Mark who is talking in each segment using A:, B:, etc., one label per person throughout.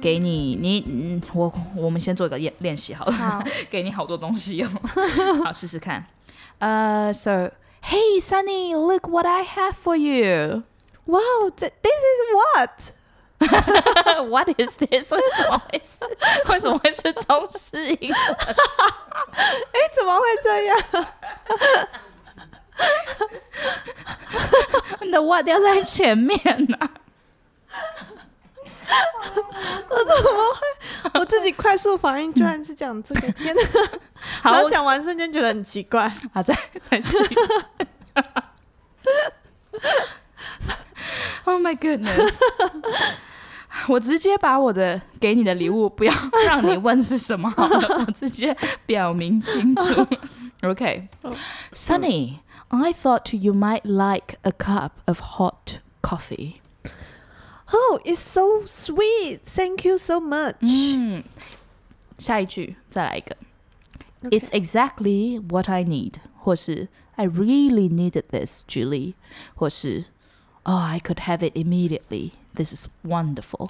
A: 给你，你嗯，我我们先做一个练练习好了， 给你好多东西 哦，好试试看。呃、s o hey Sunny, look what I have for you.
B: Wow, th- this is what?
A: What is this？为什么会是为什么会是中式 英文？
B: 哎，怎么会这 样？
A: 你的 what 要在前面啊呢、
B: 我怎么会？我自己快速反应居然是讲这 个，天哪！
A: 好
B: 然后
A: 我
B: 讲完瞬间觉得很奇怪。
A: 好，再再试一次。oh my goodness！我直接把我的给你的礼物，不要让你问是什么好了，我直接表明清楚。Okay, Sunny, I thought you might like a cup of hot coffee.
B: Oh, it's so sweet. Thank you so much.
A: 嗯，下一句再来一个。
B: OK
A: It's exactly what I need，或是 I really needed this, Julie，或是 Oh, I could have it immediately. This is wonderful.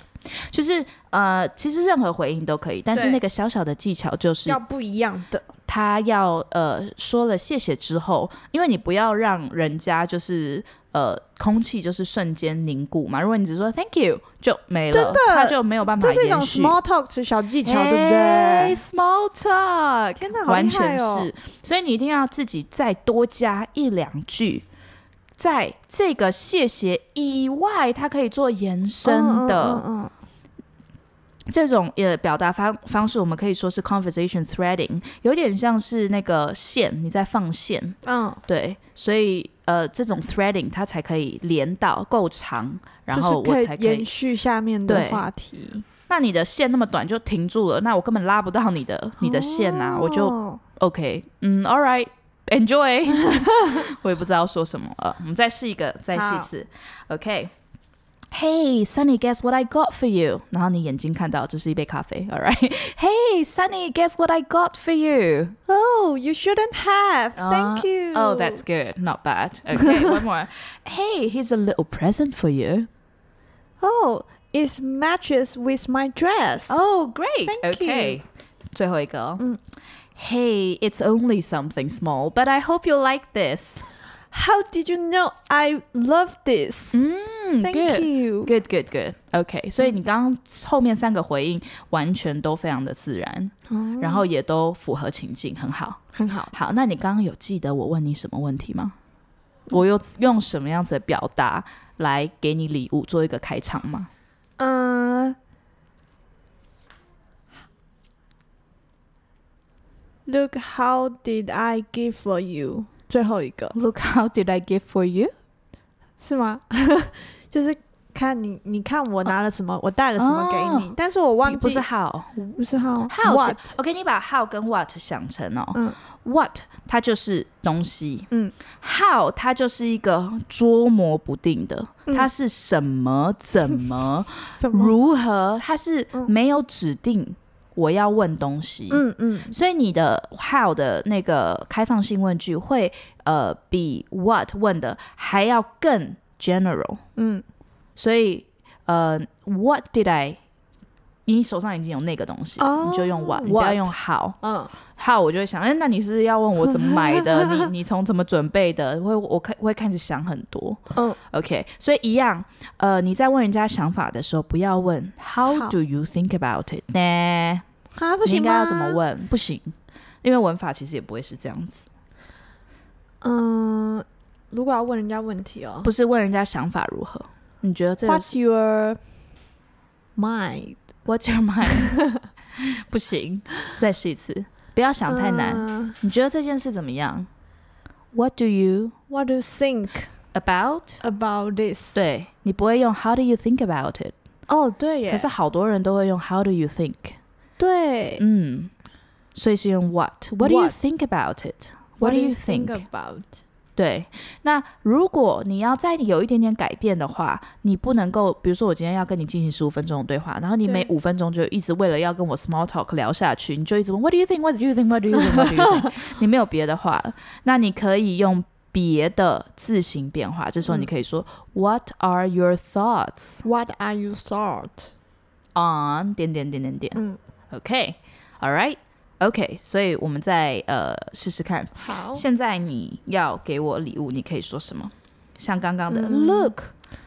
A: 就是呃，其实任何回应都可以，但是
B: 对
A: 那个小小的技巧就是
B: 要不一样的。
A: 他要呃说了谢谢之后，因为你不要让人家就是呃空气就是瞬间凝固嘛。如果你只说 Thank you 就没
B: 真
A: 了
B: 的，
A: 他就没有办法
B: 这是一种
A: 延续。
B: small talk 的小技巧，对不
A: 哎
B: 对？
A: ？Small talk，
B: 天哪，好厉
A: 完
B: 害哦
A: 全是。所以你一定要自己再多加一两句，在这个谢谢以外，它可以做延伸的。
B: 嗯嗯嗯嗯
A: 这种呃表达方方式，我们可以说是 conversation threading，有点像是那个线，你在放线，
B: 嗯，
A: 对，所以呃，这种 threading 它才可以连到够长，然后
B: 就
A: 我
B: 是
A: 才可以。
B: 延续下面的
A: 对
B: 话题。
A: 那你的线那么短就停住了，那我根本拉不到你的你的线啊，我就
B: 哦
A: OK，嗯，All right，enjoy，我也不知道说什么了，我们再试一个，再试一次，OK。Hey Sunny, guess what I got for you？然后你眼睛看到这是一杯咖啡，All right。Hey Sunny, guess what I got for you？
B: Oh, you shouldn't have.
A: 哦
B: Thank you.
A: Oh, that's good, not bad. Okay, one more. Hey, here's a little present for you.
B: Oh, it matches with my dress.
A: Oh, great.
B: Thank
A: okay. 最后一个哦。Hey, it's only something small, but I hope you like this.
B: How did you know I love this?
A: 嗯 Mm,
B: Thank
A: good.
B: you.
A: Good, good, good. OK，所以你刚刚后面三个回应完全都非常的自然，然后也都符合情境，很好。
B: 很好。
A: 好，那你刚刚有记得我问你什么问题吗？我有用什么样子的表达来给你礼物做一个开场吗？
B: 嗯、Look, how did I give for you？最后一个
A: Look how did I give for you？
B: 是吗？ 就是看你，你看我拿了什么，我带了什么给你，但是我忘记
A: 不是 how，
B: 不是 how
A: how
B: what
A: 是 OK，你把 how 跟 what 想成哦、
B: 嗯
A: w h a t 它就是东西，
B: 嗯
A: ，how 它就是一个捉摸不定的，
B: 嗯
A: 它是什么怎么
B: 什么？
A: 如何，它是
B: 嗯
A: 没有指定我要问东西，
B: 嗯嗯
A: 所以你的 how 的那个开放性问句会呃比 what 问的还要更 general，
B: 嗯，
A: 所以呃，what did I？你手上已经有那个东西了
B: 哦
A: 你就用 what，你不要
B: what
A: 用 how。
B: 嗯，
A: how 我就会想，哎、那你是要问我怎么买 的？你你从怎么准备的？会我开会开始想很多。
B: 嗯
A: ，OK，所以一样，呃，你在问人家想法的时候，不要问 How
B: 好
A: do you think about it 呢？
B: 啊，不
A: 你
B: 行
A: 应该
B: 吗？
A: 要怎么？问？不行，因为文法其实也不会是这样子，
B: 哦嗯、如果要问人家问题哦
A: 不是问人家想法如何。你觉得这个是
B: ，What's your mind？
A: What's your mind？不 行，再试一次，不要想太难。
B: 嗯
A: 你觉得这件事怎么样？What do you
B: What do you think
A: about？
B: about this？，
A: 对你不会用 How do you think about it？
B: 哦，对耶，
A: 可是好多人都会用 How do you think？
B: 对
A: 嗯，所以是用 What。What do you
B: What
A: think about it？What do you think？
B: about？
A: 对，那如果你要再有一点点改变的话，你不能够，比如说我今天要跟你进行十五分钟的对话，然后你
B: 对
A: 每五分钟就一直为了要跟我 small talk 聊下去，你就一直问 What do you think? What do you think? What do you think? What do you think? 你没有别的话了，那你可以用别的字形变化，这时候你可以说、What are your thoughts？
B: What are you thought？
A: on 点点点点点。
B: 嗯，
A: OK，all right，OK，所以我们再呃试试看。
B: 好
A: 现在你要给我礼物，你可以说什么？像刚刚的、
B: 嗯
A: Look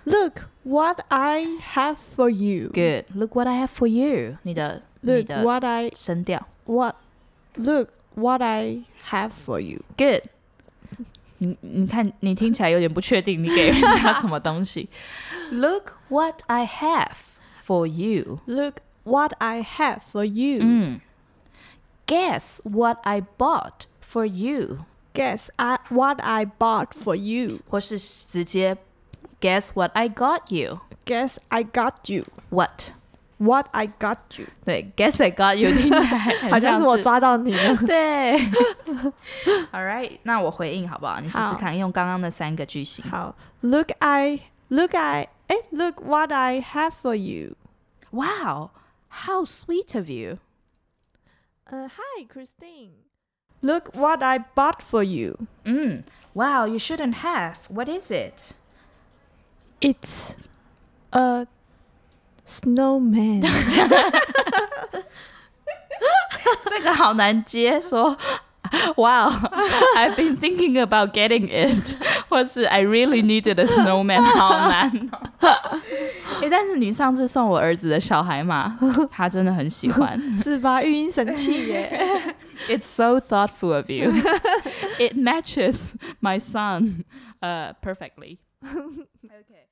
B: Mm. ，Look what I have for you.
A: good, look what I have for you，你的你
B: Look
A: 的
B: what I
A: 声调
B: what. Look what I have for you.
A: good。你你看，你听起来有点不确定，你给人 家什么东西？Look what I have for you。
B: Look what I have for you.
A: 嗯，Guess what I bought for you，
B: Guess I, what I bought for you.
A: 或是直接 Guess what I got you。
B: Guess I got you.
A: What？
B: What I got you.
A: 对，Guess I got you 听起来很
B: 好像
A: 是
B: 是我抓到你了。
A: 对 ，All right，那我回应好不好？你试试看，用刚刚的三个句型。
B: 好，Look I look I 哎，Look what I have for you。
A: Wow，how sweet of you！
B: 呃，Hi Uh, Christine。Look what I bought for you.
A: 嗯，Wow，you shouldn't have。What is it？
B: It's a snowman.
A: 这个好难接，说 Wow，I've been thinking about getting it，或 是 I really needed a snowman，好 难哦。 哎、但是你上次送我儿子的小孩嘛， 他真的很喜欢。
B: 是吧？育婴神器耶。
A: It's so thoughtful of you. it matches my son uh, perfectly. okay.